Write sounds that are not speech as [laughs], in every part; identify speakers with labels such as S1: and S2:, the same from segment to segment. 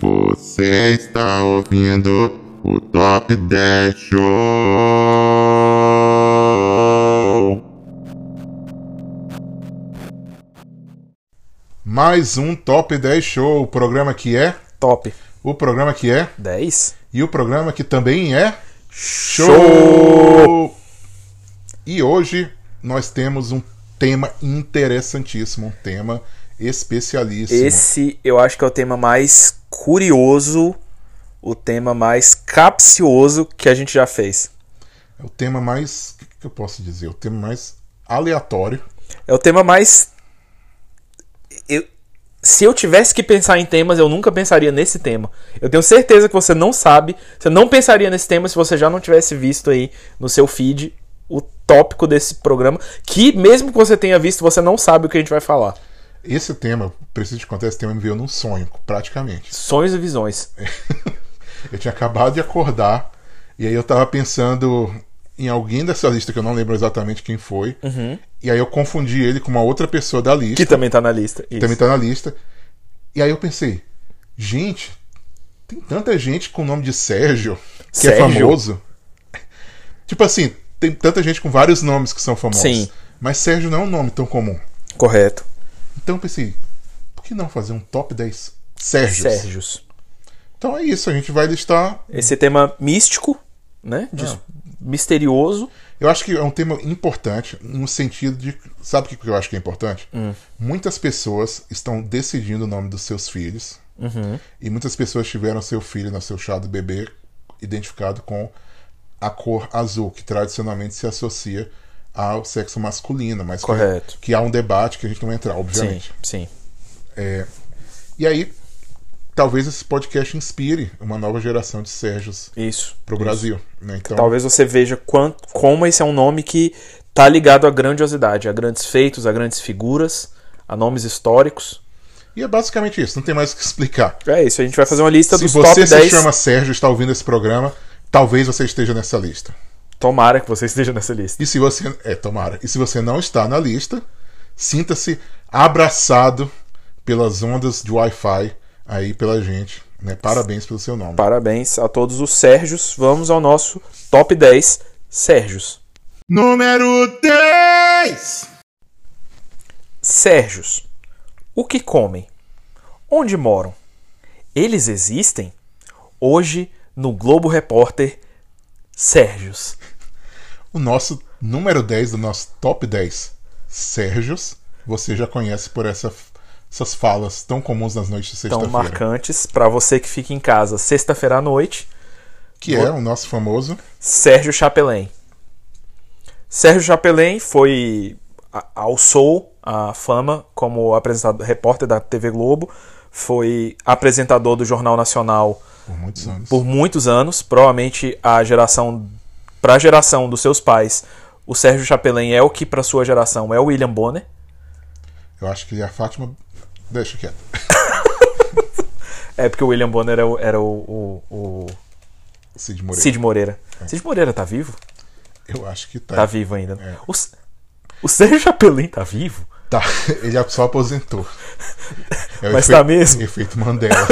S1: Você está ouvindo o Top 10 Show.
S2: Mais um Top 10 Show, o programa que é,
S3: Top
S2: o programa que é
S3: 10?
S2: e o programa que também é Show! E hoje nós temos um tema interessantíssimo, um tema especialíssimo.
S3: Esse eu acho que é o tema mais curioso, o tema mais capcioso que a gente já fez.
S2: É o tema mais. O que que eu posso dizer? O tema mais aleatório.
S3: É o tema mais. eu- Se eu tivesse que pensar em temas, eu nunca pensaria nesse tema. Eu tenho certeza que você não sabe, você não pensaria nesse tema se você já não tivesse visto aí no seu feed o tópico desse programa, que mesmo que você tenha visto, você não sabe o que a gente vai falar.
S2: Esse tema, eu preciso te contar, esse tema me veio num sonho, praticamente. [laughs]
S3: Sonhos e visões.
S2: Eu tinha acabado de acordar, e aí eu tava pensando em alguém dessa lista, que eu não lembro exatamente quem foi. E aí eu confundi ele com uma outra pessoa da lista.
S3: Uhum. Que também tá na lista. Isso.
S2: também tá na lista. E aí eu pensei, gente, tem tanta gente com o nome de Sérgio que é
S3: Sérgio?
S2: famoso. Tipo assim, tem tanta gente com vários nomes que são famosos.
S3: Sim.
S2: Mas Sérgio não é um nome tão comum.
S3: Correto.
S2: Então eu pensei, por que não fazer um top 10 Sérgios?
S3: Sérgios.
S2: Então é isso, a gente vai listar.
S3: Esse é tema místico, né? De-
S2: Ah.
S3: misterioso.
S2: Eu acho que é um tema importante no sentido de. Sabe o que eu acho que é importante?
S3: Hum.
S2: Muitas pessoas estão decidindo o nome dos seus filhos.
S3: Uhum.
S2: E muitas pessoas tiveram seu filho no seu chá do bebê identificado com a cor azul, que tradicionalmente se associa ao sexo masculino, mas que-
S3: Correto.
S2: que há um debate que a gente não vai entrar, obviamente.
S3: Sim, sim.
S2: É, E aí, talvez esse podcast inspire uma nova geração de Sérgios
S3: Isso.
S2: pro Brasil. Né? Então,
S3: Talvez você veja quanto, como esse é um nome que tá ligado à grandiosidade, a grandes feitos, a grandes figuras, a nomes históricos.
S2: E é basicamente isso, não tem mais o que explicar.
S3: É isso, a gente vai fazer uma lista
S2: Se
S3: dos
S2: você
S3: top
S2: se
S3: 10.
S2: chama Sérgio e está ouvindo esse programa, talvez você esteja nessa lista.
S3: Tomara que você esteja nessa lista.
S2: E se você. É, tomara. E se você não está na lista, sinta-se abraçado pelas ondas de Wi-Fi aí pela gente. Né? Parabéns pelo seu nome.
S3: Parabéns a todos os Sérgios. Vamos ao nosso top 10 Sérgios.
S2: Número 10!
S3: Sérgios, o que comem? Onde moram? Eles existem? Hoje, no Globo Repórter, Sérgios.
S2: O nosso número 10 do nosso top 10 Sérgios, você já conhece por essa- essas falas tão comuns nas noites de
S3: Tão
S2: sexta-feira.
S3: marcantes para você que fica em casa sexta-feira à noite,
S2: Que é o nosso famoso.
S3: Sérgio Chapelain. Sérgio Chapelain foi a- alçou a fama como apresentador, repórter da TV Globo, foi apresentador do Jornal Nacional
S2: Por muitos anos.
S3: por muitos anos. Provavelmente a geração para a geração dos seus pais, o Sérgio Chapelain é o que para sua geração é o William Bonner.
S2: Eu acho que a Fátima. Deixa quieto.
S3: É porque o William Bonner era o, era o, o- o
S2: Cid Moreira.
S3: Cid Moreira. Cid Moreira tá vivo?
S2: Eu acho que tá.
S3: Tá vivo ainda. O, S- o Sérgio Chapelain tá vivo?
S2: Tá. Ele só aposentou. É o
S3: Mas
S2: efeito-
S3: tá mesmo?
S2: Efeito
S3: [laughs]
S2: Mandela.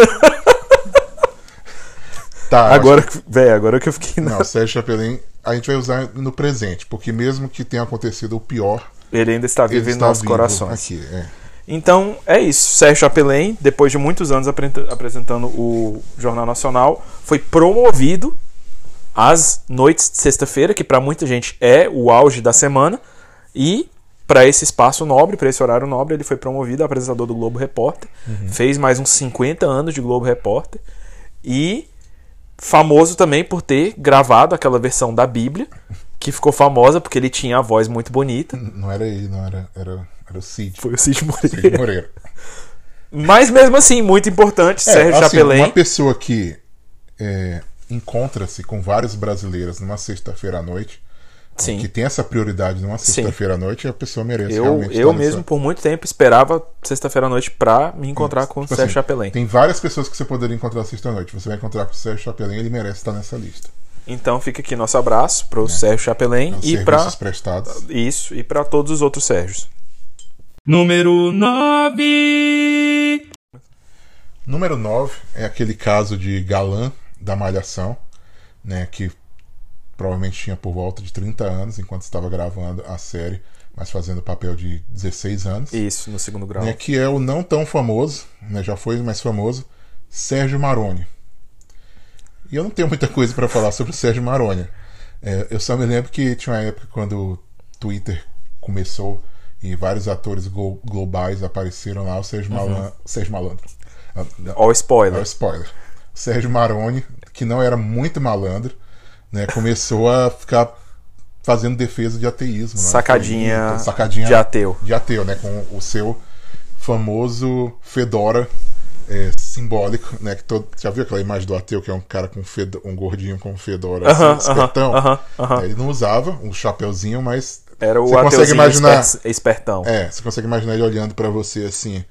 S2: tá.
S3: Agora, que- véi, agora que eu fiquei.
S2: acho-
S3: na-
S2: Não, Sérgio Chapelin, a gente vai usar no presente, porque mesmo que tenha acontecido o pior,
S3: Ele ainda está
S2: ele
S3: vivo em
S2: está
S3: nossos
S2: vivo
S3: corações.
S2: aqui. é.
S3: Então é isso. Sérgio Chapelain, depois de muitos anos aprenta- apresentando o Jornal Nacional, foi promovido às noites de sexta-feira, que para muita gente é o auge da semana, e para esse espaço nobre, para esse horário nobre, ele foi promovido a apresentador do Globo Repórter. Fez mais uns 50 anos de Globo Repórter e famoso também por ter gravado aquela versão da Bíblia, que ficou famosa porque ele tinha a voz muito bonita.
S2: Não era ele, não era. Era, era o
S3: [laughs]
S2: Cid.
S3: Foi o Cid Moreira.
S2: Cid Moreira.
S3: Mas mesmo assim, muito importante,
S2: É,
S3: Sérgio
S2: assim,
S3: Chapelain.
S2: Uma pessoa que é, encontra-se com vários brasileiros numa sexta-feira à noite,
S3: Sim.
S2: que tem essa prioridade numa sexta-feira à noite, a pessoa merece
S3: Eu,
S2: realmente. tá
S3: eu
S2: estar nessa-
S3: mesmo, por muito tempo, esperava sexta-feira à noite pra me encontrar com o
S2: Tipo
S3: Sérgio
S2: assim,
S3: Chapelain.
S2: Tem várias pessoas que você poderia encontrar sexta-noite. Você vai encontrar com o Sérgio Chapelin, ele merece estar nessa lista.
S3: Então fica aqui nosso abraço
S2: É.
S3: pro Sérgio Chapelain
S2: Os
S3: e pra
S2: serviços prestados.
S3: isso e pra todos os outros Sérgios.
S4: Número 9.
S2: Número 9 é aquele caso de galã da Malhação, né, que provavelmente tinha por volta de 30 anos enquanto estava gravando a série, mas fazendo o papel de 16 anos.
S3: Isso, no segundo grau.
S2: né, que é o não tão famoso, né, já foi mais famoso, Sérgio Maroni. E eu não tenho muita coisa para falar sobre o Sérgio Maroni. É, eu só me lembro que tinha uma época quando o Twitter começou e vários atores glo- globais apareceram lá, o Sérgio, Malan- Sérgio Malandro. Ah, não,
S3: Ó, o spoiler.
S2: é o spoiler. O Sérgio Maroni, que não era muito malandro, né, começou a ficar fazendo defesa de ateísmo. né?
S3: Sacadinha
S2: Foi- sacadinha
S3: de ateu.
S2: De ateu, né? Com o seu famoso fedora é, simbólico, né? Que todo, já viu aquela imagem do ateu que é um cara com fedo, um gordinho com fedora, assim,
S3: Aham,
S2: espertão?
S3: aham, aham.
S2: É, Ele não usava um chapeuzinho, mas
S3: Era o
S2: você consegue
S3: ateuzinho
S2: imaginar?
S3: esper- espertão.
S2: É, você consegue imaginar ele olhando pra você assim.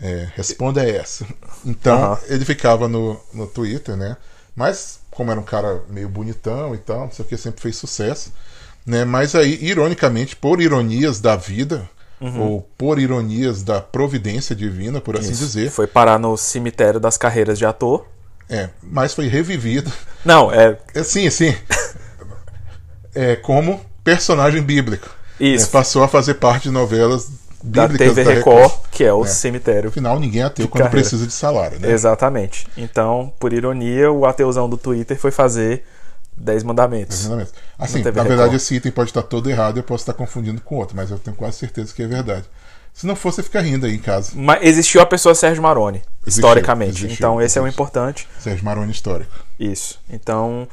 S2: É, responda essa. Então,
S3: Aham.
S2: ele ficava no, no Twitter, né? Mas, como era um cara meio bonitão e tal, não sei o que, sempre fez sucesso. Né? Mas aí, ironicamente, por ironias da vida,
S3: Uhum.
S2: ou por ironias da providência divina, por assim dizer,
S3: Foi parar no cemitério das carreiras de ator.
S2: é, mas foi revivido.
S3: Não, é.
S2: É, Sim, sim. é, como personagem bíblico.
S3: Isso.
S2: É, passou a fazer parte de novelas
S3: Da
S2: bíblicas
S3: TV
S2: da
S3: Record, que é o
S2: É.
S3: cemitério.
S2: Afinal, ninguém é ateu
S3: De
S2: quando
S3: carreira.
S2: precisa de salário, né?
S3: Exatamente. Então, por ironia, o ateuzão do Twitter foi fazer 10 mandamentos.
S2: Exatamente. Assim,
S3: Na
S2: na
S3: TV
S2: verdade,
S3: Record.
S2: esse item pode estar todo errado e eu posso estar confundindo com outro, mas eu tenho quase certeza que é verdade. Se não fosse, você fica rindo aí em casa.
S3: Mas existiu a pessoa Sérgio Maroni,
S2: Existiu,
S3: historicamente.
S2: existiu,
S3: então, esse é o
S2: existiu.
S3: importante.
S2: Sérgio Maroni histórico.
S3: Isso. Então,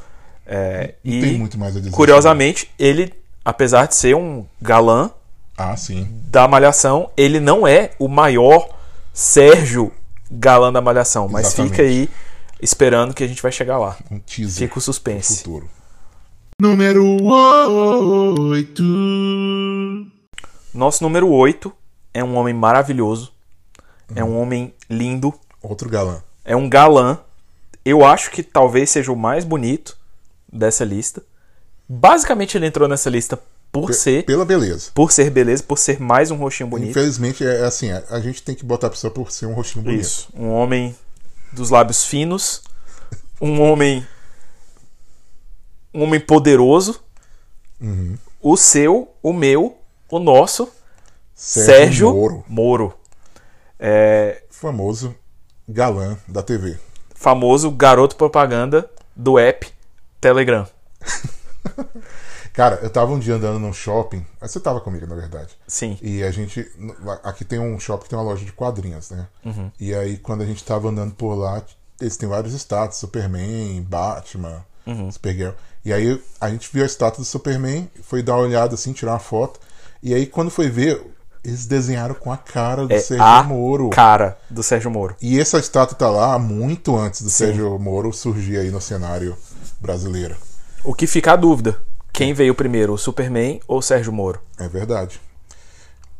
S3: é, e
S2: tem muito mais a dizer.
S3: curiosamente, ele, apesar de ser um galã
S2: Ah, sim.
S3: da Malhação, ele não é o maior Sérgio galã da Malhação. Mas
S2: Exatamente.
S3: fica aí esperando que a gente vai chegar lá.
S2: Um teaser
S3: Fica o
S2: do
S3: suspense.
S2: futuro.
S1: Número 8.
S3: Nosso número 8 é um homem maravilhoso. É
S2: Uhum.
S3: um homem lindo.
S2: Outro galã.
S3: É um galã. Eu acho que talvez seja o mais bonito dessa lista. Basicamente, ele entrou nessa lista por ser.
S2: Pela beleza.
S3: Por ser beleza, por ser mais um rostinho bonito.
S2: Infelizmente, é assim, a a gente tem que botar a pessoa por ser um rostinho bonito.
S3: Isso. Um homem dos lábios finos. Um homem. Um homem poderoso. O seu, o meu, o nosso. Sérgio,
S2: Moro,
S3: Moro. É,
S2: famoso galã da TV.
S3: famoso garoto propaganda do app Telegram.
S2: Cara, eu tava um dia andando num shopping. Você tava comigo, na verdade.
S3: Sim.
S2: E a gente. lá- Aqui tem um shopping que tem uma loja de quadrinhos, né?
S3: Uhum.
S2: E aí, quando a gente tava andando por lá, eles têm vários status: Superman, Batman,
S3: Uhum.
S2: Supergirl. E aí a gente viu a estátua do Superman, foi dar uma olhada assim, tirar uma foto. E aí, quando foi ver, eles desenharam com a cara do
S3: É
S2: Sérgio
S3: a
S2: Moro.
S3: cara do Sérgio Moro.
S2: E essa estátua tá lá há muito antes do Sérgio Moro surgir aí no cenário brasileiro.
S3: O que fica a dúvida? Quem veio primeiro, o Superman ou o Sérgio Moro?
S2: É verdade.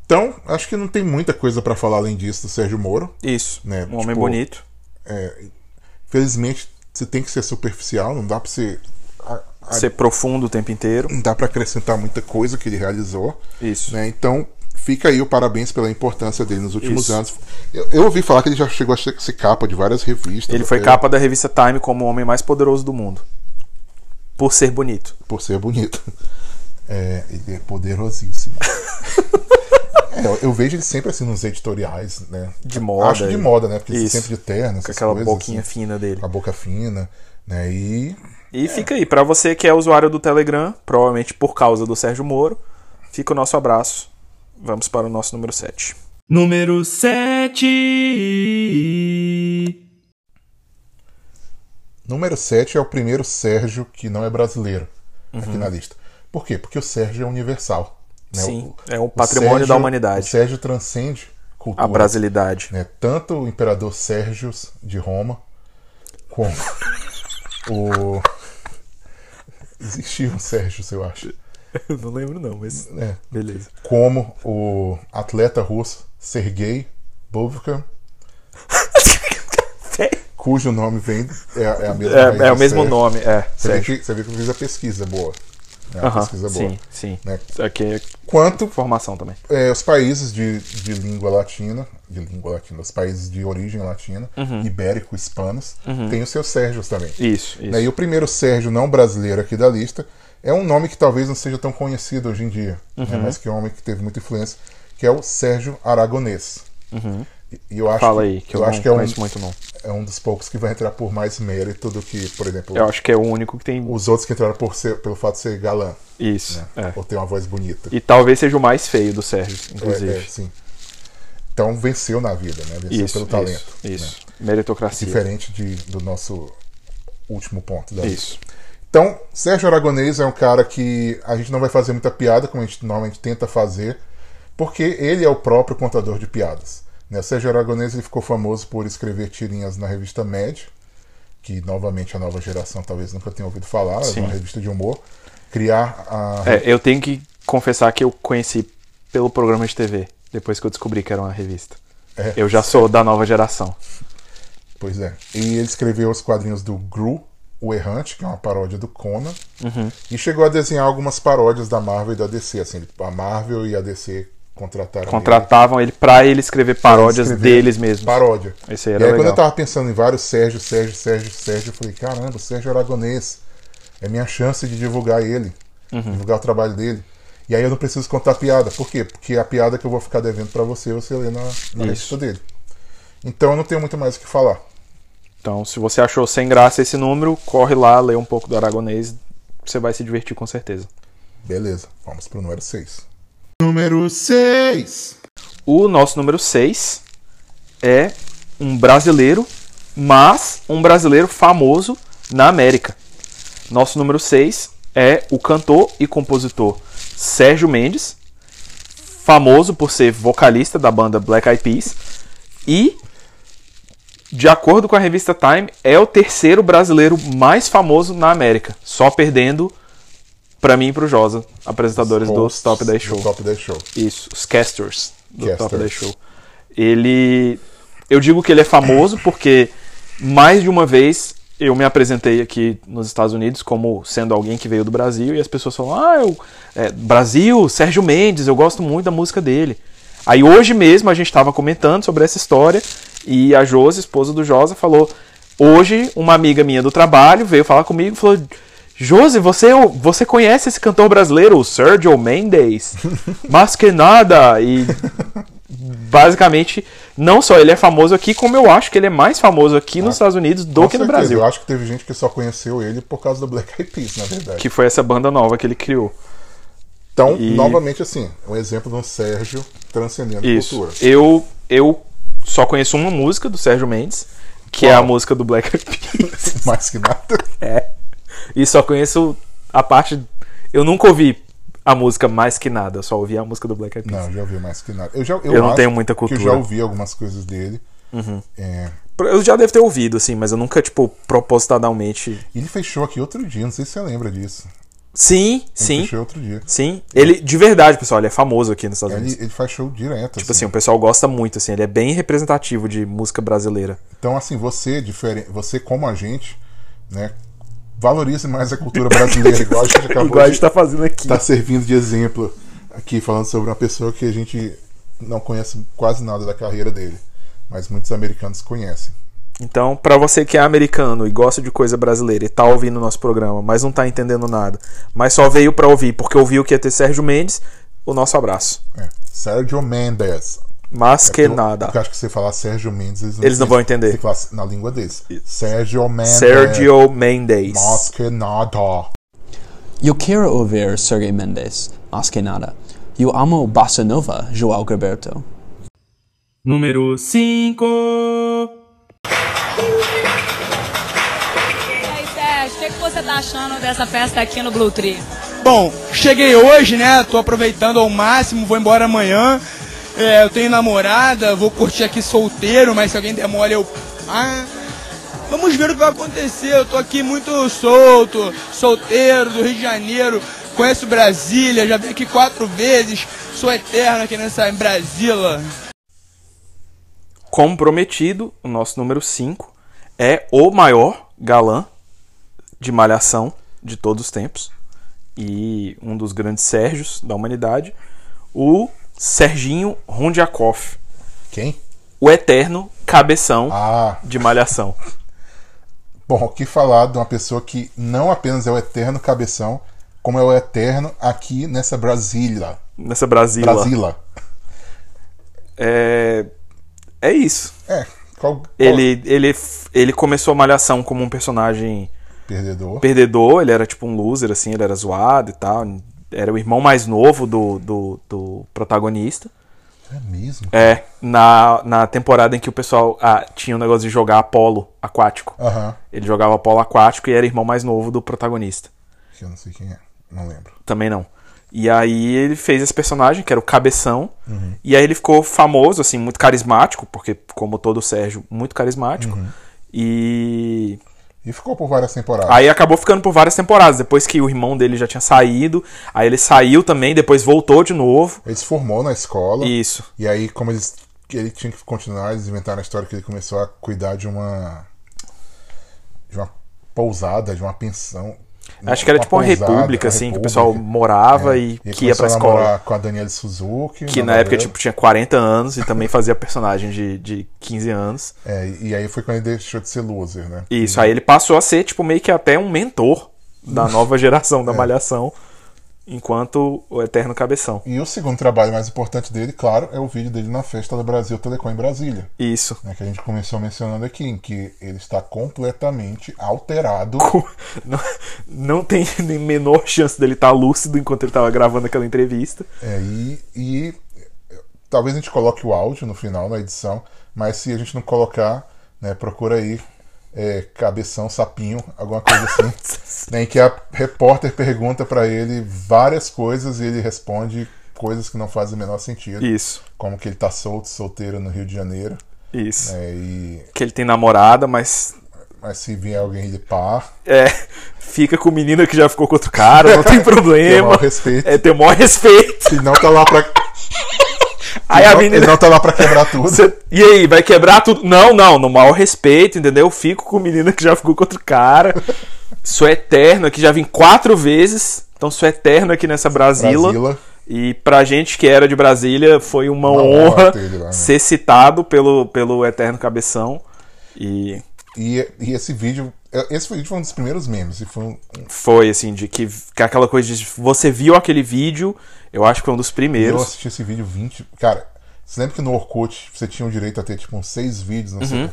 S2: Então, acho que não tem muita coisa pra falar além disso do Sérgio Moro.
S3: Isso.
S2: Né,
S3: um homem
S2: tipo-
S3: bonito.
S2: É, felizmente você tem que ser superficial, não dá pra você a- a-
S3: Ser profundo o tempo inteiro.
S2: não dá para acrescentar muita coisa que ele realizou,
S3: Isso.
S2: né? Então fica aí o parabéns pela importância dele nos últimos
S3: Isso.
S2: anos. Eu, eu ouvi falar que ele já chegou a ser ser capa de várias revistas. É,
S3: Ele foi
S2: até,
S3: capa da revista Time como o homem mais poderoso do mundo. Por ser bonito.
S2: por ser bonito. [laughs] É, ele é
S3: [laughs]
S2: poderosíssimo. É, eu, eu vejo ele sempre assim nos editoriais, né?
S3: De moda,
S2: Acho de
S3: ele-
S2: moda, né? Porque ele
S3: Isso.
S2: sempre de terno,
S3: Com
S2: essas
S3: aquela
S2: coisas,
S3: boquinha
S2: assim,
S3: fina dele.
S2: com a boca fina, né? E
S3: E fica aí, pra você que é usuário do Telegram, provavelmente por causa do Sérgio Moro, fica o nosso abraço. Vamos para o nosso número 7.
S4: Número 7.
S2: Número 7 é o primeiro Sérgio que não é brasileiro
S3: Uhum.
S2: aqui na lista. Por quê? Porque o Sérgio é universal. né?
S3: Sim,
S2: O-
S3: é um
S2: o
S3: patrimônio
S2: Sérgio-
S3: da humanidade.
S2: O Sérgio transcende cultura.
S3: A brasilidade.
S2: né? Tanto o imperador Sérgio de Roma, como o. Existia um Sérgio, eu acho.
S3: [laughs] Eu não lembro não, mas
S2: né?
S3: beleza.
S2: Como o atleta russo Sergei Bovkan, cujo nome vem. É, é a mesma
S3: É,
S2: raiz
S3: [laughs] é
S2: do
S3: o mesmo
S2: Sérgio.
S3: nome, é.
S2: Você vê,
S3: Sérgio.
S2: que, você vê que eu fiz a pesquisa boa. É uma
S3: Aham,
S2: pesquisa boa.
S3: Sim, sim.
S2: né?
S3: Isso Aqui é
S2: Quanto
S3: formação também.
S2: é, os países de, de língua latina, de língua latina, os países de origem latina,
S3: Uhum.
S2: ibérico, hispanos, tem os seus Sérgios também.
S3: Isso,
S2: Né, E
S3: isso.
S2: o primeiro Sérgio não brasileiro aqui da lista é um nome que talvez não seja tão conhecido hoje em dia,
S3: Uhum.
S2: né, mas que é um homem que teve muita influência, que é o Sérgio Aragonês. E- E eu acho
S3: Uhum. Fala
S2: que,
S3: aí, que eu,
S2: eu,
S3: não
S2: acho que é um,
S3: conheço muito não.
S2: é um dos poucos que vai entrar por mais mérito do que, por exemplo,
S3: Eu acho que é o único que tem
S2: os outros que entraram por ser- pelo fato de ser galã,
S3: isso. é.
S2: ou ter uma voz bonita.
S3: E talvez seja o mais feio do Sérgio,
S2: É,
S3: inclusive.
S2: é, sim. Então venceu na vida, né? Venceu
S3: Isso,
S2: pelo talento. né?
S3: isso, isso. Meritocracia.
S2: Diferente né? de- do nosso último ponto da lista.
S3: Isso.
S2: Então, Sérgio Aragonês é um cara que a gente não vai fazer muita piada, como a gente normalmente tenta fazer, porque ele é o próprio contador de piadas. Né? O Sérgio Aragonês ele ficou famoso por escrever tirinhas na revista Med, que novamente a nova geração talvez nunca tenha ouvido falar, é
S3: Sim.
S2: uma revista de humor. Criar a.
S3: É, eu tenho que confessar que eu conheci pelo programa de TV, depois que eu descobri que era uma revista.
S2: É.
S3: Eu já sou da nova geração.
S2: Pois é. E ele escreveu os quadrinhos do Gru, o Errante, que é uma paródia do Conan. E chegou a desenhar algumas paródias da Marvel e da DC. Assim, ele- a Marvel e a DC contrataram. ele
S3: Contratavam ele pra ele escrever paródias
S2: escrever
S3: deles mesmos.
S2: Paródia.
S3: Esse
S2: e
S3: aí
S2: aí,
S3: era
S2: quando
S3: legal.
S2: eu tava pensando em vários Sérgio, Sérgio, Sérgio, Sérgio, eu falei: caramba, Sérgio Aragonês. É minha chance de divulgar ele,
S3: Uhum.
S2: divulgar o trabalho dele. E aí eu não preciso contar piada. Por quê? Porque a piada que eu vou ficar devendo pra você, você lê na, na
S3: Isso.
S2: revista dele. Então eu não tenho muito mais o que falar.
S3: Então, se você achou sem graça esse número, corre lá, lê um pouco do aragonês, você vai se divertir com certeza.
S2: Beleza, vamos pro número 6.
S1: Número 6.
S3: O nosso número 6 é um brasileiro, mas um brasileiro famoso na América. Nosso número 6 é o cantor e compositor Sérgio Mendes, famoso por ser vocalista da banda Black Eyed Peas e de acordo com a revista Time, é o terceiro brasileiro mais famoso na América, só perdendo pra mim e pro Josa, apresentadores do
S2: Hosts
S3: Top 10
S2: do
S3: Show.
S2: Top 10 Show.
S3: Isso, os casters do
S2: Casters.
S3: Top 10 Show. Ele. Eu digo que ele é famoso porque mais de uma vez eu me apresentei aqui nos Estados Unidos como sendo alguém que veio do Brasil e as pessoas falam: Ah, eu, é, Brasil, Sérgio Mendes, eu gosto muito da música dele. Aí hoje mesmo a gente estava comentando sobre essa história e a Josi, esposa do Josa, falou: Hoje uma amiga minha do trabalho veio falar comigo e falou. Josi, você, é você conhece esse cantor brasileiro, o Sergio Mendes? Mas que nada! E basicamente, não só ele é famoso aqui, como eu acho que ele é mais famoso aqui nos Estados Unidos do
S2: Ah, Com
S3: que no
S2: certeza,
S3: Brasil.
S2: Eu acho que teve gente que só conheceu ele por causa do Black Eyed Peas, na verdade.
S3: Que foi essa banda nova que ele criou.
S2: Então,
S3: e-
S2: novamente assim, um exemplo de um Sérgio transcendendo
S3: Isso.
S2: cultura. [laughs]
S3: Eu, eu só conheço uma música do Sérgio Mendes, que é a música do Black Eyed Peas. [laughs]
S2: Mais que nada.
S3: É. E só conheço a parte. Eu nunca ouvi a música mais que nada, eu só ouvi a música do Black Eyed Peas.
S2: Não, já ouvi mais que nada. Eu, já, eu,
S3: Eu não
S2: acho
S3: tenho muita
S2: Que
S3: cultura. Uhum.
S2: eu já ouvi algumas coisas dele. É,
S3: Eu já devo ter ouvido, assim, mas eu nunca, tipo, propositadamente.
S2: ele fechou aqui outro dia, não sei se você lembra disso.
S3: Sim,
S2: Ele
S3: sim.
S2: Fechou outro dia.
S3: Sim. Ele, de verdade, pessoal, ele é famoso aqui nos Estados
S2: Ele,
S3: Unidos.
S2: ele faz show direto.
S3: Tipo assim, o pessoal gosta muito, assim, ele é bem representativo de música brasileira.
S2: Então, assim, você, diferente, você como a gente, né, valorize mais a cultura brasileira, igual a
S3: [laughs]
S2: gente acabou de,
S3: tá fazendo aqui.
S2: tá servindo de exemplo aqui, falando sobre uma pessoa que a gente não conhece quase nada da carreira dele, mas muitos americanos conhecem.
S3: Então, pra você que é americano e gosta de coisa brasileira e tá ouvindo o nosso programa, mas não tá entendendo nada, mas só veio pra ouvir porque ouviu que ia ter Sérgio Mendes, o nosso abraço.
S2: É. Sérgio Mendes.
S3: Mas que
S2: Eu-
S3: É nada.
S2: Porque eu acho que você falar Sérgio Mendes, eles não,
S3: Eles não vão entender.
S2: Você fala na língua deles. Sérgio Mendes.
S3: Sérgio Mendes.
S2: Mas que nada.
S5: Eu quero ouvir Sergei Mendes, mas que nada. Eu amo Bossa Nova, João Gilberto.
S4: Número 5.
S6: E aí, Sérgio, o que, que você tá achando dessa festa aqui no Blue Tree?
S7: Bom, cheguei hoje, né? Tô aproveitando ao máximo, vou embora amanhã. É, eu tenho namorada, vou curtir aqui solteiro, mas se alguém der mole eu. Ah, vamos ver o que vai acontecer. Eu tô aqui muito solto, solteiro do Rio de Janeiro, conheço Brasília, já vim aqui quatro vezes, sou eterno aqui nessa em Brasília.
S3: Comprometido, o nosso número 5, é o maior galã de malhação de todos os tempos, e um dos grandes Sérgios da humanidade, o Serginho Rondiakoff,
S2: Quem?
S3: o eterno cabeção
S2: Ah,
S3: de malhação.
S2: bom, o que falar de uma pessoa que não apenas é o eterno cabeção, como é o eterno aqui nessa Brasília.
S3: Nessa Brasília.
S2: Brasília.
S3: É, é isso.
S2: É, qual, qual
S3: Ele, ele, ele começou a malhação como um personagem
S2: perdedor?
S3: perdedor, ele era tipo um loser, assim, ele era zoado e tal. Era o irmão mais novo do, do, do protagonista.
S2: É mesmo?
S3: É, na, na temporada em que o pessoal ah, tinha o negócio de jogar polo aquático.
S2: Aham,
S3: Ele jogava polo aquático e era irmão mais novo do protagonista.
S2: que eu não sei quem é, não lembro.
S3: Também não. E aí ele fez esse personagem, que era o Cabeção. E aí ele ficou famoso, assim, muito carismático, porque, como todo Sérgio, muito carismático. E
S2: E ficou por várias temporadas.
S3: Aí acabou ficando por várias temporadas, depois que o irmão dele já tinha saído, aí ele saiu também, depois voltou de novo.
S2: Ele se formou na escola.
S3: Isso.
S2: E aí, como eles, que ele tinha que continuar, eles inventaram a história que ele começou a cuidar de uma. de uma pousada, de uma pensão.
S3: Acho que era tipo uma
S2: pousada,
S3: república,
S2: uma
S3: assim, que o
S2: república.
S3: pessoal morava
S2: É.
S3: e,
S2: ele
S3: que ia
S2: começou
S3: pra
S2: a
S3: escola.
S2: namorar Com a Daniela Suzuki.
S3: Que
S2: uma
S3: na época,
S2: novela.
S3: tipo, tinha 40 anos e também fazia personagem de, de 15 anos.
S2: É, e aí foi quando ele deixou de ser loser, né?
S3: Isso, aí ele passou a ser, tipo, meio que até um mentor
S2: Uhum.
S3: da nova
S2: [laughs]
S3: geração
S2: É.
S3: da Malhação, enquanto o Eterno Cabeção.
S2: E o segundo trabalho mais importante dele, claro, é o vídeo dele na festa do Brasil Telecom em Brasília.
S3: Isso. [laughs]
S2: Né, que a gente começou mencionando aqui, em que ele está completamente alterado.
S3: Não, não tem [laughs] nem menor chance dele estar lúcido enquanto ele tava gravando aquela entrevista.
S2: É, e, e é, talvez a gente coloque o áudio no final, na edição, mas se a gente não colocar, né, procura aí é, cabeção, sapinho, alguma coisa
S3: [laughs]
S2: assim, né, em que a repórter pergunta pra ele várias coisas e ele responde coisas que não fazem o menor sentido,
S3: Isso.
S2: como que ele tá solto, solteiro no Rio de Janeiro,
S3: Isso.
S2: né, e,
S3: É. Que ele tem namorada, mas
S2: mas se vier alguém ele
S3: [laughs]
S2: pá,
S3: é, fica com menina que já ficou com outro cara,
S2: [laughs]
S3: não tem
S2: tem o
S3: problema.
S2: maior respeito,
S3: É, tem o maior respeito.
S2: se não tá lá pra,
S3: Aí a
S2: não- ele
S3: menina.
S2: não tá lá pra quebrar tudo.
S3: Cê- e aí, vai quebrar tudo? Não, não, no maior respeito, entendeu? Fico com menina que já ficou com outro cara.
S2: [laughs]
S3: Sou eterno aqui, já vim quatro vezes. Então sou eterno aqui nessa Brasília.
S2: Brasília.
S3: E pra gente que era de Brasília, foi uma
S2: Uma honra
S3: honra
S2: ter ele lá, né?
S3: ser citado pelo, pelo Eterno Cabeção. E
S2: E, e esse vídeo. Esse vídeo foi um dos primeiros memes. E foi um, um-
S3: Foi, assim, de que, que aquela coisa de você viu aquele vídeo, eu acho que foi um dos
S2: eu
S3: primeiros.
S2: assisti esse vídeo 20. Cara, você lembra que no Orkut você tinha o direito a ter, tipo, uns seis vídeos, não sei.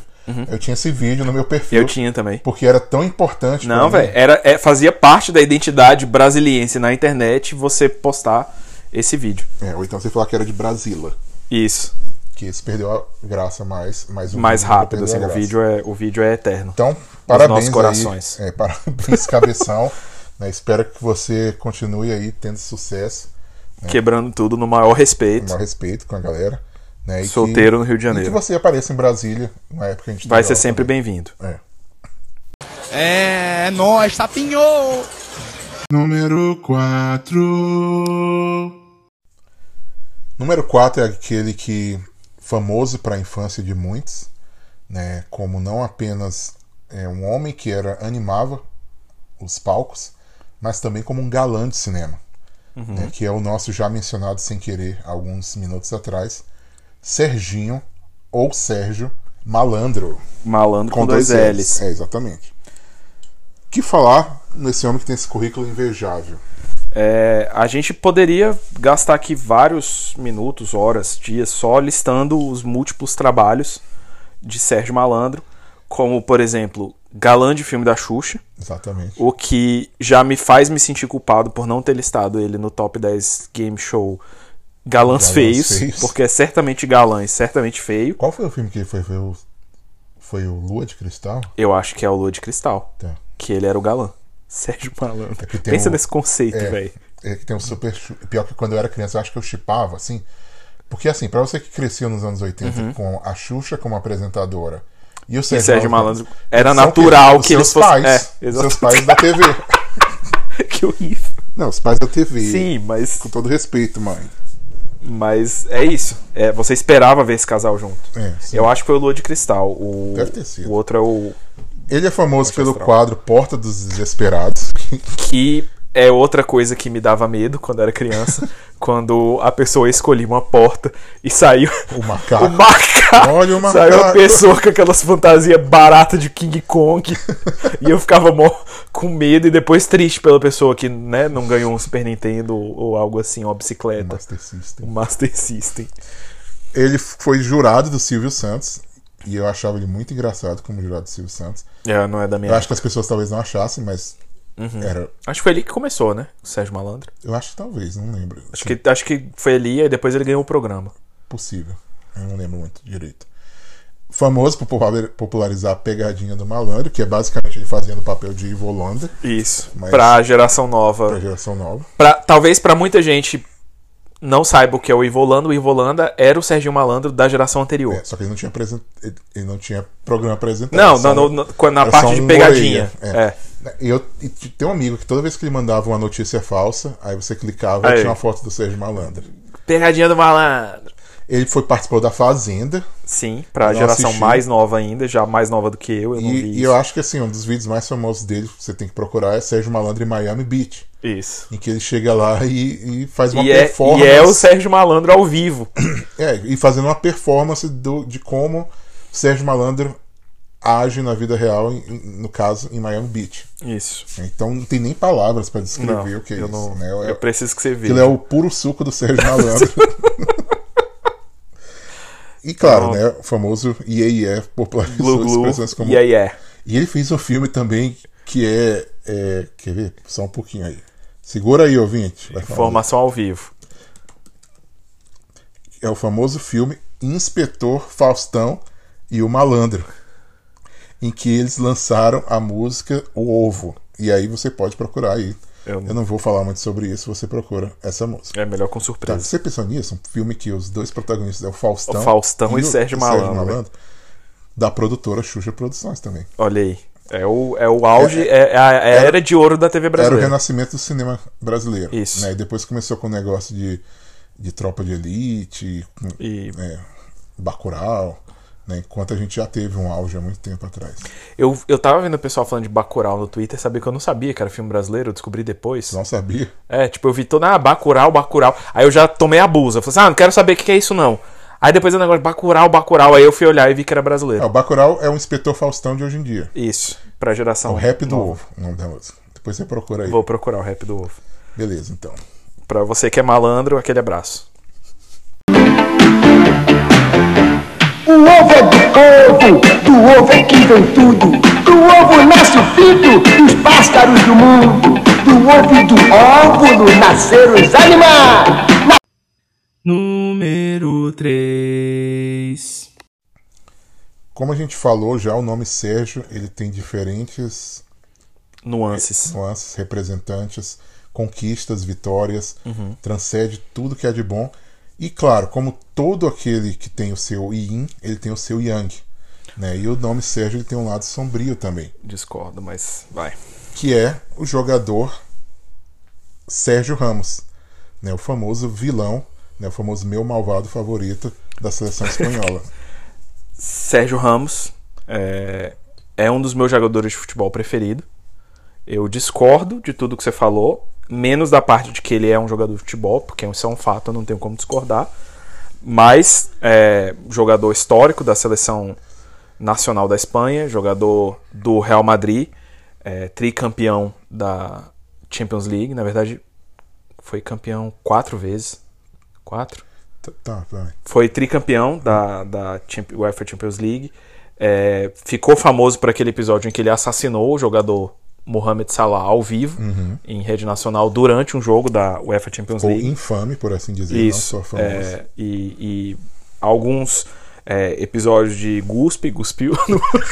S2: Eu tinha esse vídeo no meu
S3: Uhum, Eu,
S2: perfil.
S3: tinha também.
S2: Porque era tão importante.
S3: Não,
S2: pra mim.
S3: velho, era é, fazia parte da identidade brasiliense na internet você postar esse vídeo.
S2: É, ou então você falar que era de Brasília.
S3: Isso.
S2: Que esse perdeu a graça mais. mais, o
S3: Mais
S2: vídeo né,
S3: rápido,
S2: perdeu a
S3: assim, o
S2: graça.
S3: vídeo é, o vídeo é eterno.
S2: Então, parabéns.
S3: nossos corações.
S2: Aí, é, [laughs] parabéns, cabeção. né, espero que você continue aí tendo sucesso. é.
S3: Quebrando tudo no maior
S2: com o
S3: respeito.
S2: maior respeito com a galera. Né, e que-
S3: Solteiro no Rio de
S2: E que
S3: Janeiro.
S2: você apareça em Brasília, na época que a gente
S3: Vai
S2: teve
S3: ser
S2: aula
S3: sempre
S2: também.
S3: bem-vindo.
S2: É.
S7: É, é nóis, tapinhou!
S1: Número 4.
S2: Número 4 é aquele que famoso para a infância de muitos, né, como não apenas é, um homem que era animava os palcos, mas também como um galã de cinema,
S3: Uhum.
S2: né, que é o nosso já mencionado sem querer alguns minutos atrás, Serginho ou Sérgio Malandro.
S3: Malandro com, dois L's.
S2: É, exatamente. Que falar nesse homem que tem esse currículo invejável?
S3: É, a gente poderia gastar aqui vários minutos, horas, dias só listando os múltiplos trabalhos de Sérgio Malandro, como, por exemplo, galã de filme da Xuxa,
S2: Exatamente.
S3: o que já me faz me sentir culpado por não ter listado ele no top 10 game show Galãs,
S2: Galãs
S3: feios,
S2: Feios.
S3: porque é certamente galã e certamente feio.
S2: Qual foi o filme que ele foi ver? o- Foi o Lua de Cristal?
S3: Eu acho que é o Lua de Cristal,
S2: Tá.
S3: que ele era o galã. Sérgio Malandro.
S2: É que tem
S3: Pensa
S2: o-
S3: nesse conceito,
S2: É.
S3: velho. [laughs]
S2: É que tem um super. chu- Pior que quando eu era criança, eu acho que eu chipava, assim. Porque, assim, pra você que cresceu nos anos 80 com a Xuxa como apresentadora e o Sérgio,
S3: Uhum. Sérgio Malandro. Era
S2: são
S3: natural
S2: os
S3: que eles
S2: seus
S3: fossem-
S2: pais,
S3: é,
S2: os
S3: exato.
S2: seus pais da
S3: [laughs]
S2: TV.
S3: que horrível.
S2: Não, os pais da TV.
S3: Sim, mas,
S2: Com todo respeito, mãe.
S3: mas é isso. É, você esperava ver esse casal junto.
S2: É, sim.
S3: Eu acho que foi o Lua de Cristal. O,
S2: Deve ter sido.
S3: o outro é o.
S2: Ele é famoso pelo
S3: astral.
S2: quadro Porta dos Desesperados. [laughs]
S3: Que é outra coisa que me dava medo quando era
S2: [laughs]
S3: criança. quando a pessoa escolhia uma porta e saiu. [laughs]
S2: O macaco.
S3: O macaco.
S2: Olha o macaco.
S3: Saiu uma pessoa com aquelas fantasias baratas de
S2: [laughs]
S3: King Kong. e eu ficava mó com medo e depois triste pela pessoa que né, não ganhou um Super Nintendo ou algo assim, uma bicicleta.
S2: Master System.
S3: Um Master System.
S2: Ele foi jurado do Silvio Santos. E eu achava ele muito engraçado como jurado do Silvio Santos.
S3: É, não é Uhum. da
S2: Eu
S3: minha.
S2: acho que as pessoas talvez não achassem, mas. Era.
S3: Acho que foi ali que começou, né? O Sérgio Malandro.
S2: Eu acho que talvez, não lembro.
S3: Acho que, acho que foi ali e depois ele ganhou o programa.
S2: possível. Eu não lembro muito direito. Famoso por popula- popularizar a pegadinha do malandro, que é basicamente ele fazendo o papel de Ivo Holanda
S3: Isso.
S2: Mas-
S3: Pra geração nova.
S2: pra geração nova.
S3: Pra- talvez pra muita gente não saiba o que é o Ivolanda, o Ivolanda era o Serginho Malandro da geração anterior.
S2: É, só que ele não tinha apresen- ele- ele não tinha programa apresentado.
S3: Não,
S2: só-
S3: não, não, não, quando- na
S2: era só
S3: parte de
S2: um
S3: pegadinha.
S2: moleia,
S3: É.
S2: E Eu e t- tem um amigo que toda vez que ele mandava uma notícia falsa, aí você clicava
S3: Aí.
S2: e tinha uma foto do Sérgio Malandro.
S3: Pegadinha do malandro.
S2: Ele foi participou da Fazenda
S3: Sim, pra
S2: Não
S3: geração
S2: assisti.
S3: mais nova ainda, já mais nova do que eu, eu não vi
S2: e, e
S3: isso.
S2: eu acho que assim, um dos vídeos mais famosos dele, que você tem que procurar, é Sérgio Malandro em Miami Beach.
S3: Isso.
S2: Em que ele chega lá e, e faz uma
S3: E é,
S2: performance.
S3: e é o Sérgio Malandro
S2: [coughs]
S3: ao vivo.
S2: É, e fazendo uma performance do- de como Sérgio Malandro age na vida real, em- em- no caso, em Miami Beach.
S3: Isso.
S2: Então não tem nem palavras pra descrever
S3: Não,
S2: o que é
S3: eu
S2: isso.
S3: não-
S2: né?
S3: eu
S2: É-
S3: preciso que você
S2: aquilo
S3: veja.
S2: é o puro suco do Sérgio Malandro.
S3: [laughs]
S2: e claro, né, o famoso IEIE popularizou
S3: Glu
S2: expressões
S3: Glu.
S2: como...
S3: E aí é.
S2: E ele fez um filme também que é, é... Quer ver? Só um pouquinho aí. Segura aí, ouvinte. Vai falar.
S3: Formação ao vivo.
S2: é o famoso filme Inspetor Faustão e o Malandro, em que eles lançaram a música O Ovo. E aí você pode procurar aí.
S3: Eu
S2: Eu,
S3: não-
S2: não vou falar muito sobre isso, você procura essa música.
S3: É melhor com
S2: Tá,
S3: surpresa.
S2: você pensou nisso? Um filme que os dois protagonistas é o Faustão,
S3: O Faustão e Sérgio Malandro,
S2: da produtora Xuxa Produções também.
S3: Olha aí. É o, é o auge, é, é a, é a
S2: Tá. era-
S3: era de ouro da TV
S2: Era o
S3: brasileira.
S2: renascimento do cinema brasileiro.
S3: Isso.
S2: né? E depois começou com o negócio de, de tropa de elite, com-
S3: E
S2: é, Bacurau, né? Enquanto a gente já teve um auge há muito tempo atrás.
S3: eu, eu tava vendo o pessoal falando de Bacurau no Twitter, sabia que eu não sabia que era filme brasileiro, eu descobri depois.
S2: Não sabia?
S3: É, tipo, eu vi toda, ah, Bacurau, Bacurau. Aí eu já tomei a busa. Eu falei assim, ah, não quero saber o que que é isso não. Aí depois o negócio, Bacurau, Bacurau. Aí eu fui olhar e vi que era
S2: Ah,
S3: brasileiro.
S2: o Bacurau é o inspetor Faustão de hoje em dia.
S3: Isso, pra geração.
S2: É O rap do
S3: nova.
S2: ovo, o nome da música. Depois você procura aí.
S3: Vou procurar o rap do ovo.
S2: Beleza, então.
S3: Pra você que é malandro, aquele abraço.
S8: O ovo é do povo, do ovo é que vem tudo. Do ovo nasce o filho dos pássaros do mundo. Do ovo e do óvulo nasceram os animais.
S4: Número 3.
S2: Como a gente falou já, o nome Sérgio ele tem diferentes
S3: Nuances.
S2: nuances, representantes, conquistas, vitórias,
S3: Uhum.
S2: transcende tudo que é de bom. E claro, como todo aquele que tem o seu yin, ele tem o seu yang. Né? E o nome Sérgio ele tem um lado sombrio também.
S3: Discordo, mas vai.
S2: que é o jogador Sérgio Ramos, né, o famoso vilão, né, o famoso meu malvado favorito da seleção
S3: [laughs]
S2: espanhola.
S3: Sérgio Ramos é, é um dos meus jogadores de futebol preferido. Eu discordo de tudo que você falou, menos da parte de que ele é um jogador de futebol, porque isso é um fato, eu não tenho como discordar. Mas é jogador histórico da seleção nacional da Espanha, jogador do Real Madrid, é, tricampeão da Champions League. Na verdade, foi campeão quatro vezes. Quatro?
S2: Tá, tá, vai.
S3: foi tricampeão da, da Champ- UEFA Champions League. É, ficou famoso por aquele episódio em que ele assassinou o jogador Mohamed Salah ao vivo
S2: Uhum.
S3: em rede nacional durante um jogo da UEFA Champions
S2: Ou
S3: League.
S2: infame, por assim dizer,
S3: Isso.
S2: não só famoso.
S3: é, e, e alguns é, episódios de Guspe, [laughs] Guspiu.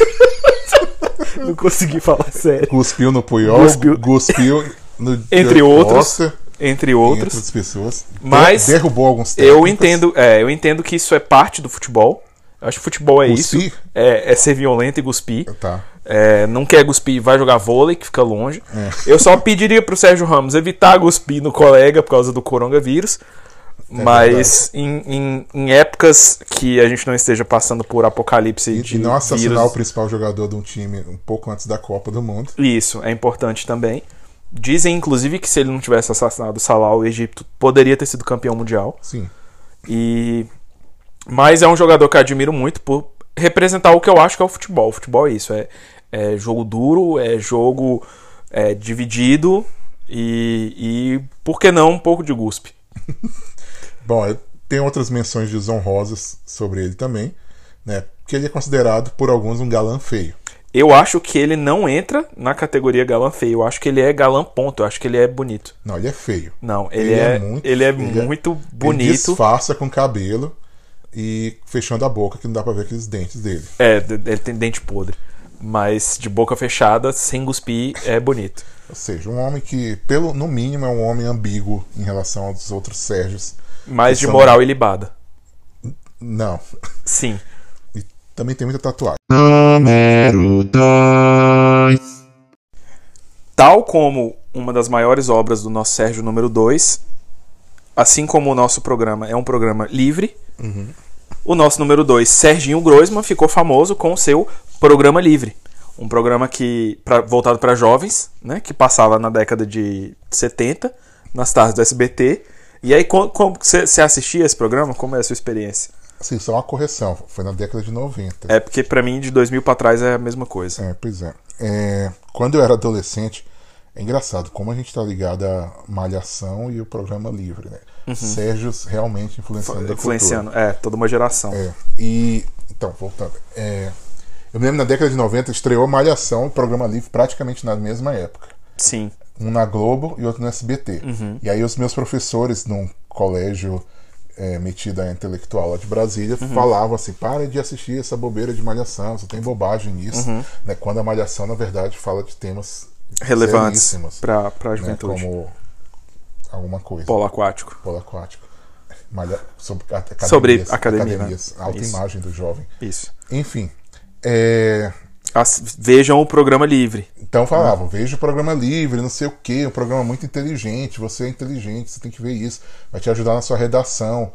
S2: [laughs]
S3: Não consegui falar sério.
S2: Cuspiu no Puyol,
S3: Cuspiu-
S2: cuspiu, no
S3: [laughs] Entre
S2: Diego
S3: outros.
S2: Costa,
S3: Entre
S2: entre
S3: outros.
S2: outras pessoas.
S3: Mas
S2: Der- derrubou alguns
S3: Eu
S2: técnicos.
S3: entendo, é, eu entendo que isso é parte do futebol. Eu acho que futebol é
S2: Cuspir?
S3: isso. É, é ser violento e cuspir.
S2: Tá.
S3: É, não quer cuspir, vai jogar vôlei, que fica longe. Eu só pediria pro Sérgio Ramos evitar cuspir no colega por causa do coronavírus. mas em, em- em épocas que a gente não esteja passando por apocalipse
S2: E,
S3: de
S2: e não assassinar
S3: vírus,
S2: o principal jogador de um time um pouco antes da Copa do Mundo.
S3: isso é importante também. Dizem, inclusive, que se ele não tivesse assassinado Salah, o Egito poderia ter sido campeão mundial.
S2: Sim.
S3: E mas é um jogador que eu admiro muito por representar o que eu acho que é o futebol. O futebol é isso, é, é jogo duro, é jogo é, dividido e, e por que não um pouco de guspe.
S2: Bom, eu- tem outras menções desonrosas sobre ele também, né? Que ele é considerado por alguns um galã feio.
S3: Eu acho que ele não entra na categoria galã feio. Eu acho que ele é galã ponto. Eu acho que ele é bonito.
S2: Não, ele é feio.
S3: Não, ele, é, ele é muito
S2: Ele
S3: bonito.
S2: disfarça com cabelo e fechando a boca, que não dá pra ver aqueles dentes dele.
S3: É, d- ele tem dente podre. Mas de boca fechada, sem cuspir, é bonito.
S2: Ou seja, um homem que, pelo no mínimo, é um homem ambíguo em relação aos outros Sérgios.
S3: Mas de
S2: São-
S3: moral ilibada.
S2: Não.
S3: Sim.
S2: E também tem muita tatuagem.
S1: Número 2.
S3: Tal como uma das maiores obras do nosso Sérgio número 2, assim como o nosso programa é um programa livre,
S2: Uhum.
S3: o nosso número 2, Serginho Groisman, ficou famoso com o seu programa livre. Um programa que pra- voltado para jovens, né, que passava na década de 70, nas tardes do SBT. E aí, como você assistia esse programa? Como é a sua experiência?
S2: Assim, só uma correção. Foi na década de 90.
S3: É porque pra mim, de 2000 pra trás, é a mesma coisa.
S2: É, pois é. É, Quando eu era adolescente, é engraçado como a gente tá ligado à Malhação e o programa livre, né? Sérgio realmente influenciando. a
S3: Influenciando, é, toda uma geração.
S2: cultura. É. E. Então, voltando. É, Eu me lembro na década de 90 estreou Malhação e programa livre praticamente na mesma época.
S3: Sim.
S2: um na Globo e outro no SBT.
S3: Uhum.
S2: E aí os meus professores num colégio é, metido a intelectual lá de Brasília
S3: Uhum.
S2: falavam assim, para de assistir essa bobeira de malhação, só tem bobagem nisso.
S3: Uhum.
S2: Né? Quando a malhação, na verdade, fala de temas
S3: Relevantes
S2: seríssimos,
S3: pra, pra
S2: né?
S3: juventude.
S2: Como alguma coisa.
S3: Polo aquático.
S2: Polo aquático. Malha... Sobre a- academias.
S3: Sobre academia, né?
S2: academias, Alta
S3: Isso.
S2: imagem do jovem.
S3: Isso.
S2: Enfim. É...
S3: As- vejam o programa livre.
S2: Então falavam, veja o programa livre, não sei o quê, um programa muito inteligente, você é inteligente, você tem que ver isso, vai te ajudar na sua redação,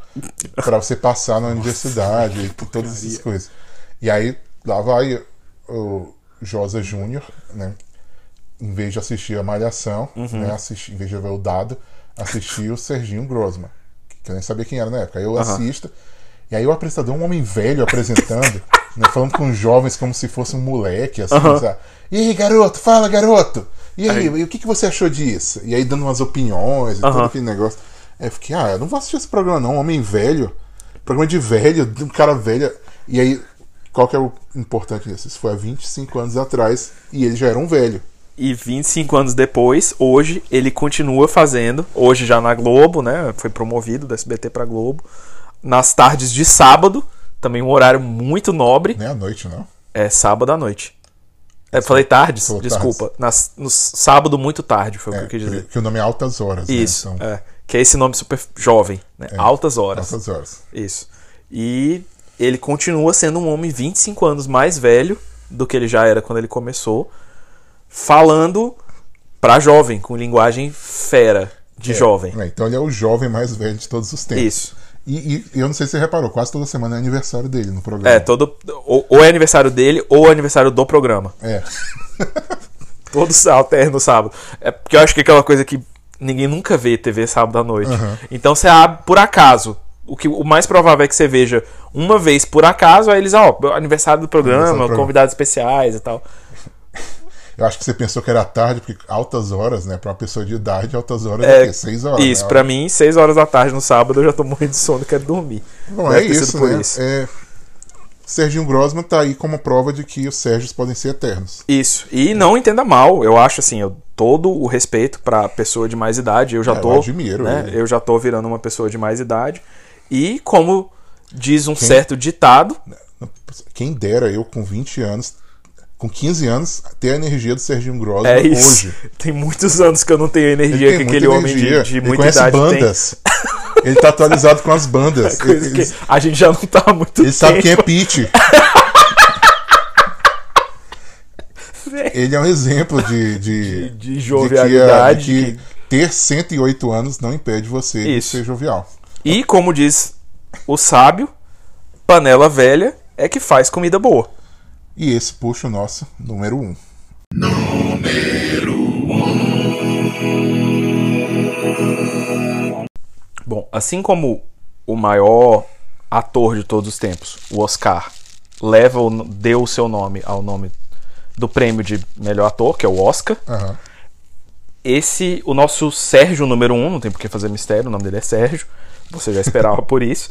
S2: pra você passar na universidade, e todas essas coisas. E aí, lá vai o Josa Júnior, né? Em vez de assistir a Malhação, né, assisti- em vez de ver o Dado, assistir o Serginho Grossman, que eu nem sabia quem era na época. Aí eu assisto, e aí o apresentador, um homem velho apresentando, né, falando com os jovens como se fosse um moleque, assim, sabe? E aí, garoto, fala, garoto! E aí, e o que, que você achou disso? E aí dando umas opiniões e todo aquele negócio. Aí eu fiquei, ah, eu não vou assistir esse programa não, Um homem velho. Programa de velho, de um cara velho. E aí, qual que é o importante nisso? Isso foi há 25 anos atrás e ele já era um velho.
S3: E 25 anos depois, hoje, ele continua fazendo. Hoje já na Globo, né? Foi promovido da SBT pra Globo. Nas tardes de sábado. Também um horário muito nobre.
S2: Nem né, à noite, não.
S3: É sábado à noite. É, falei tardes?
S2: Falou
S3: Desculpa. Nas, no sábado muito tarde, foi o que eu quis
S2: que,
S3: dizer.
S2: que o nome é Altas Horas. né?
S3: Isso.
S2: Então, É.
S3: é. que é esse nome super jovem, né? Altas horas.
S2: Altas Horas.
S3: Isso. E ele continua sendo um homem 25 anos mais velho do que ele já era quando ele começou, falando pra jovem, com linguagem fera de jovem.
S2: É, então ele é o jovem mais velho de todos os tempos.
S3: Isso.
S2: E, e eu não sei se você reparou, quase toda semana é aniversário dele no programa.
S3: É, todo ou, ou é aniversário dele ou é aniversário do programa.
S2: É.
S3: Todo [laughs] sá- alterno sábado. É porque eu acho que é aquela coisa que ninguém nunca vê TV sábado à noite. Então você abre por acaso. O que o mais provável é que você veja uma vez por acaso, aí eles, ó, aniversário do
S2: Aniversário do
S3: programa,
S2: programa.
S3: convidados especiais e tal.
S2: Eu acho que você pensou que era tarde, porque altas horas, né? Pra uma pessoa de idade, altas horas é, o quê? Seis horas.
S3: Isso,
S2: né?
S3: pra mim, 6 horas da tarde no sábado eu já tô morrendo de sono, quero dormir.
S2: Bom,
S3: Deve
S2: é
S3: ter sido
S2: isso,
S3: por
S2: né?
S3: isso.
S2: É, Serginho Grossman tá aí como prova de que os Sérgios podem ser eternos.
S3: Isso. E não entenda mal, eu acho assim, eu todo o respeito pra pessoa de mais idade, eu já
S2: É, eu
S3: tô,
S2: admiro
S3: né?
S2: ele.
S3: Eu já tô virando uma pessoa de mais idade. E como diz um certo ditado,
S2: Quem dera eu com 20 anos, com 15 anos, ter a energia do Serginho Grossman
S3: é isso. [laughs]
S2: hoje.
S3: Tem muitos anos que eu não tenho a energia
S2: Ele
S3: que
S2: tem
S3: aquele
S2: muita
S3: homem de,
S2: energia,
S3: de
S2: ele
S3: muita
S2: conhece
S3: idade
S2: bandas. Ele tá atualizado com as bandas.
S3: tem. [laughs] Coisa
S2: ele
S3: que
S2: ele-
S3: a gente já não tá há muito
S2: ele sabe quem é
S3: tempo.
S2: Pete. ele é um exemplo de, de,
S3: De- de
S2: que a-
S3: jovialidade,
S2: de
S3: de-
S2: que ter 108 anos não impede você
S3: Isso.
S2: de ser jovial.
S3: E como diz o sábio, panela velha é que faz comida boa.
S2: E esse puxa o nosso número 1. Um.
S3: Bom, assim como o maior ator de todos os tempos, o Oscar, leva o, deu o seu nome ao nome do prêmio de melhor ator, que é o Oscar,
S2: Aham.
S3: esse, o nosso Sérgio número um, não tem por que fazer mistério, o nome dele é Sérgio, você já [laughs] esperava por isso.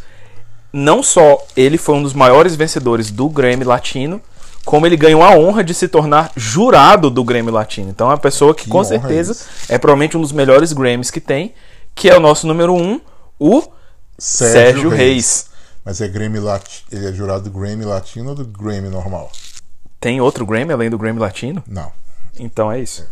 S3: Não só ele foi um dos maiores vencedores do Grammy Latino, como ele ganhou a honra de se tornar jurado do Grammy Latino. Então é uma pessoa que, com
S2: honra
S3: certeza é provavelmente um dos melhores Grammys que tem, que é o nosso número um, o Sérgio, Reis.
S2: Mas é Grammy Latino. Ele é jurado do Grammy Latino ou do Grammy normal?
S3: Tem outro Grammy além do Grammy Latino?
S2: Não.
S3: Então é isso.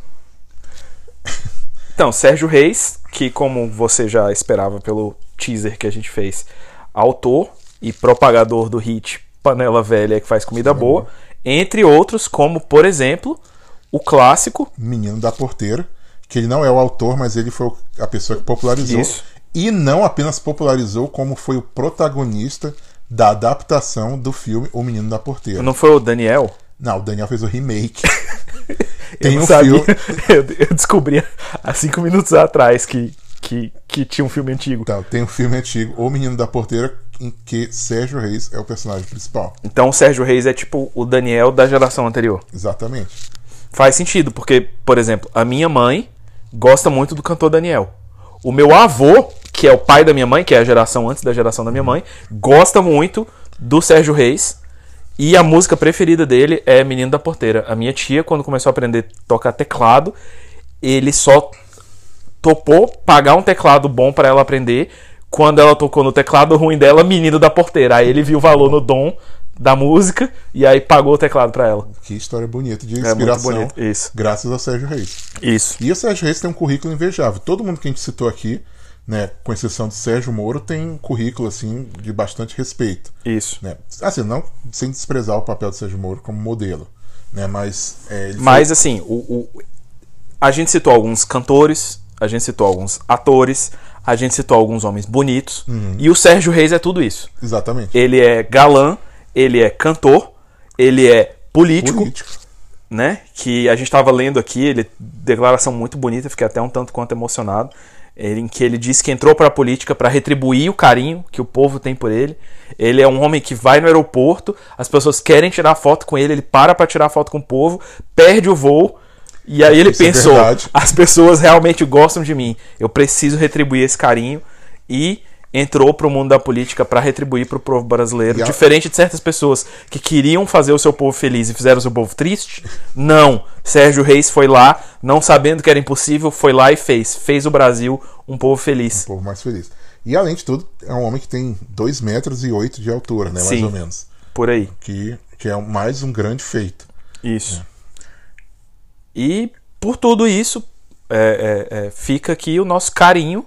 S3: Então, Sérgio Reis, que como você já esperava pelo teaser que a gente fez, autor e propagador do hit Panela Velha que faz comida boa, entre outros, como por exemplo, o clássico
S2: Menino da Porteira, que ele não é o autor, mas ele foi o- a pessoa que popularizou.
S3: Isso.
S2: E não apenas popularizou, como foi o protagonista da adaptação do filme O Menino da Porteira. Não,
S3: não foi o Daniel?
S2: o Daniel fez o remake.
S3: [laughs] eu
S2: Tem
S3: não
S2: um
S3: sabia.
S2: filme.
S3: Eu, [laughs] eu descobri há cinco minutos atrás que, que, que tinha um filme antigo.
S2: Então, tem um filme antigo, O Menino da Porteira, em que Sérgio Reis é o personagem principal.
S3: Então, o Sérgio Reis é tipo o Daniel da geração anterior.
S2: Exatamente.
S3: Faz sentido, porque, por exemplo, a minha mãe gosta muito do cantor Daniel. O meu avô, que é o pai da minha mãe, que é a geração antes da geração da minha mãe, gosta muito do Sérgio Reis. E a música preferida dele é Menino da Porteira. A minha tia, quando começou a aprender a tocar teclado, ele só topou pagar um teclado bom pra ela aprender. Quando ela tocou no teclado ruim dela, Menino da Porteira. Aí ele viu o valor no dom da música e aí pagou o teclado pra ela.
S2: Que história bonita de
S3: É muito
S2: inspiração.
S3: bonito, isso.
S2: Graças ao Sérgio Reis.
S3: Isso.
S2: E o Sérgio Reis tem um currículo invejável. Todo mundo que a gente citou aqui, né, com exceção do Sérgio Moro, tem um currículo assim de bastante respeito.
S3: Isso.
S2: né? Assim, não sem desprezar o papel do Sérgio Moro como modelo, né? Mas é, ele
S3: Mas assim, o, o- a gente citou alguns cantores, a gente citou alguns atores, a gente citou alguns homens bonitos. E o Sérgio Reis é tudo isso.
S2: foi- exatamente
S3: Ele é galã, ele é cantor, ele é político,
S2: político.
S3: né? Que a gente estava lendo aqui, ele declaração muito bonita, fiquei até um tanto quanto emocionado, ele- em que ele diz que entrou para a política para retribuir o carinho que o povo tem por ele. Ele é um homem que vai no aeroporto, as pessoas querem tirar foto com ele, ele para para tirar foto com o povo, perde o voo. E aí ele
S2: Isso é
S3: pensou,
S2: verdade.
S3: as pessoas realmente gostam de mim, eu preciso retribuir esse carinho e entrou pro mundo da política para retribuir pro povo brasileiro,
S2: E a-
S3: diferente de certas pessoas que queriam fazer o seu povo feliz e fizeram o seu povo triste. Não, Sérgio Reis foi lá, não sabendo que era impossível, foi lá e fez, fez o Brasil um povo feliz.
S2: O povo mais feliz. E além de tudo, é um homem que tem 2 metros e 8 de altura, né? Mais
S3: Sim.
S2: ou menos.
S3: Por aí.
S2: Que, que é mais um grande feito.
S3: Isso.
S2: É.
S3: E por tudo isso, é, é, é, fica aqui o nosso carinho,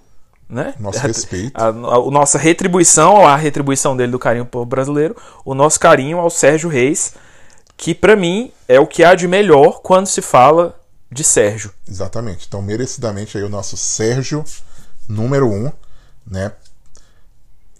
S3: né?
S2: Nosso
S3: [laughs] A-
S2: respeito.
S3: A, a- a nossa retribuição, a retribuição dele do carinho ao povo brasileiro, o nosso carinho ao Sérgio Reis, que pra mim é o que há de melhor quando se fala de Sérgio.
S2: Exatamente. Então, merecidamente aí o nosso Sérgio número 1, um, né?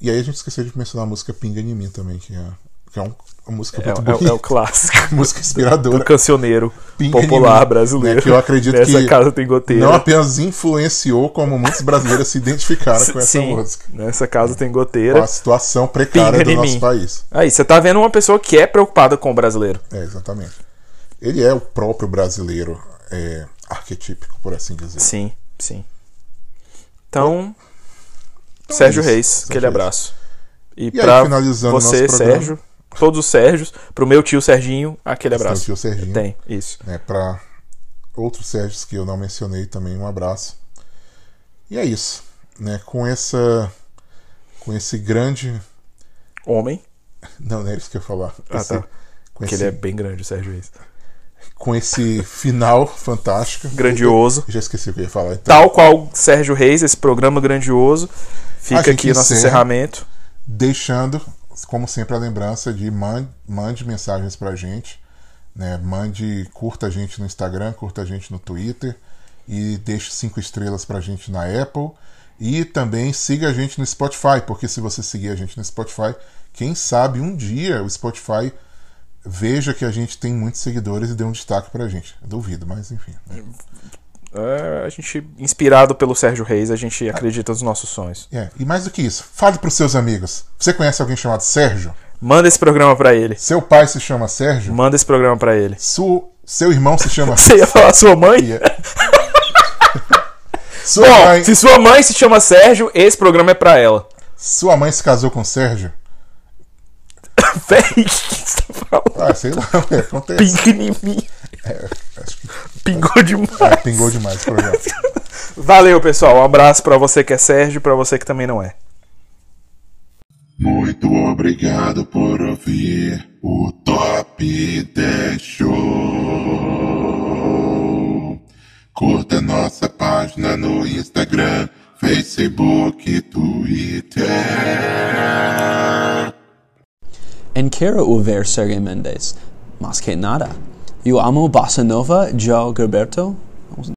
S2: E aí a gente esqueceu de mencionar a música Pinga em mim também, que é, que é um- uma música
S3: É,
S2: muito
S3: é-
S2: bonita. [laughs]
S3: é o clássico
S2: Música inspiradora.
S3: do cancioneiro
S2: Pinga em
S3: popular
S2: mim,
S3: brasileiro.
S2: né, que eu acredito
S3: Nessa
S2: que
S3: casa tem goteira.
S2: Não apenas influenciou, como muitos brasileiros se identificaram com essa
S3: Sim,
S2: música.
S3: Nessa casa tem
S2: Com
S3: goteira.
S2: a situação precária
S3: Pinga
S2: do
S3: em
S2: nosso
S3: mim.
S2: país.
S3: Aí, você tá vendo uma pessoa que é preocupada com o brasileiro.
S2: É, exatamente. Ele é o próprio brasileiro é, arquetípico, por assim dizer.
S3: Sim, sim. Então, Sérgio
S2: Então é isso,
S3: Reis,
S2: Sérgio
S3: aquele
S2: Reis.
S3: abraço. E,
S2: E aí,
S3: pra
S2: finalizando o
S3: você,
S2: nosso programa-
S3: Sérgio, todos os Sérgios, pro meu tio Serginho, aquele
S2: Esse é o
S3: abraço.
S2: tio Serginho.
S3: Tem, isso.
S2: Né, Para outros Sérgios que eu não mencionei também, um abraço. E é isso. Né? Com essa. Com esse grande.
S3: Homem,
S2: Não, não é isso que eu ia falar.
S3: Ah,
S2: Esse-
S3: tá.
S2: com,
S3: que
S2: esse,
S3: ele é bem grande, o Sérgio Reis.
S2: com esse final fantástico.
S3: Grandioso. Tá.
S2: Eu já esqueci o que eu ia falar. Então,
S3: Tal qual Sérgio Reis, esse programa grandioso. Fica
S2: gente
S3: aqui o nosso
S2: encerra.
S3: encerramento.
S2: deixando, como sempre, a lembrança de man- mande mensagens pra gente, né? Mande, curta a gente no Instagram, curta a gente no Twitter e deixe cinco estrelas pra gente na Apple e também siga a gente no Spotify, porque se você seguir a gente no Spotify, quem sabe um dia o Spotify né? veja que a gente tem muitos seguidores e dê um destaque pra gente. Duvido, mas enfim.
S3: é, a gente, inspirado pelo Sérgio Reis, a gente acredita nos nossos sonhos.
S2: É, E mais do que isso, fale pros seus amigos. Você conhece alguém chamado Sérgio?
S3: Manda esse programa pra ele.
S2: Seu pai se chama Sérgio?
S3: Manda esse programa pra ele. [laughs]
S2: Su- Seu irmão se chama
S3: Você ia falar sua mãe?
S2: Sofia. Sua,
S3: Bom,
S2: mãe,
S3: se sua mãe se chama Sérgio, esse programa é pra ela. [laughs]
S2: sua mãe se casou com Sérgio?
S3: Véi, o que você tá falando?
S2: Ah, sei lá, [laughs] é, acontece.
S3: Pinga em mim.
S2: É, Acho que
S3: Pingou
S2: é,
S3: demais.
S2: pingou demais o programa.
S3: Valeu, pessoal. Um abraço pra você que é Sérgio e pra você que também não é.
S1: Muito obrigado por ouvir o Top 10 Show. Curta nossa página no Instagram, Facebook e Twitter.
S5: And quiero ouvir Sergey Mendes, más que nada. Eu amo bossa nova, João Gilberto,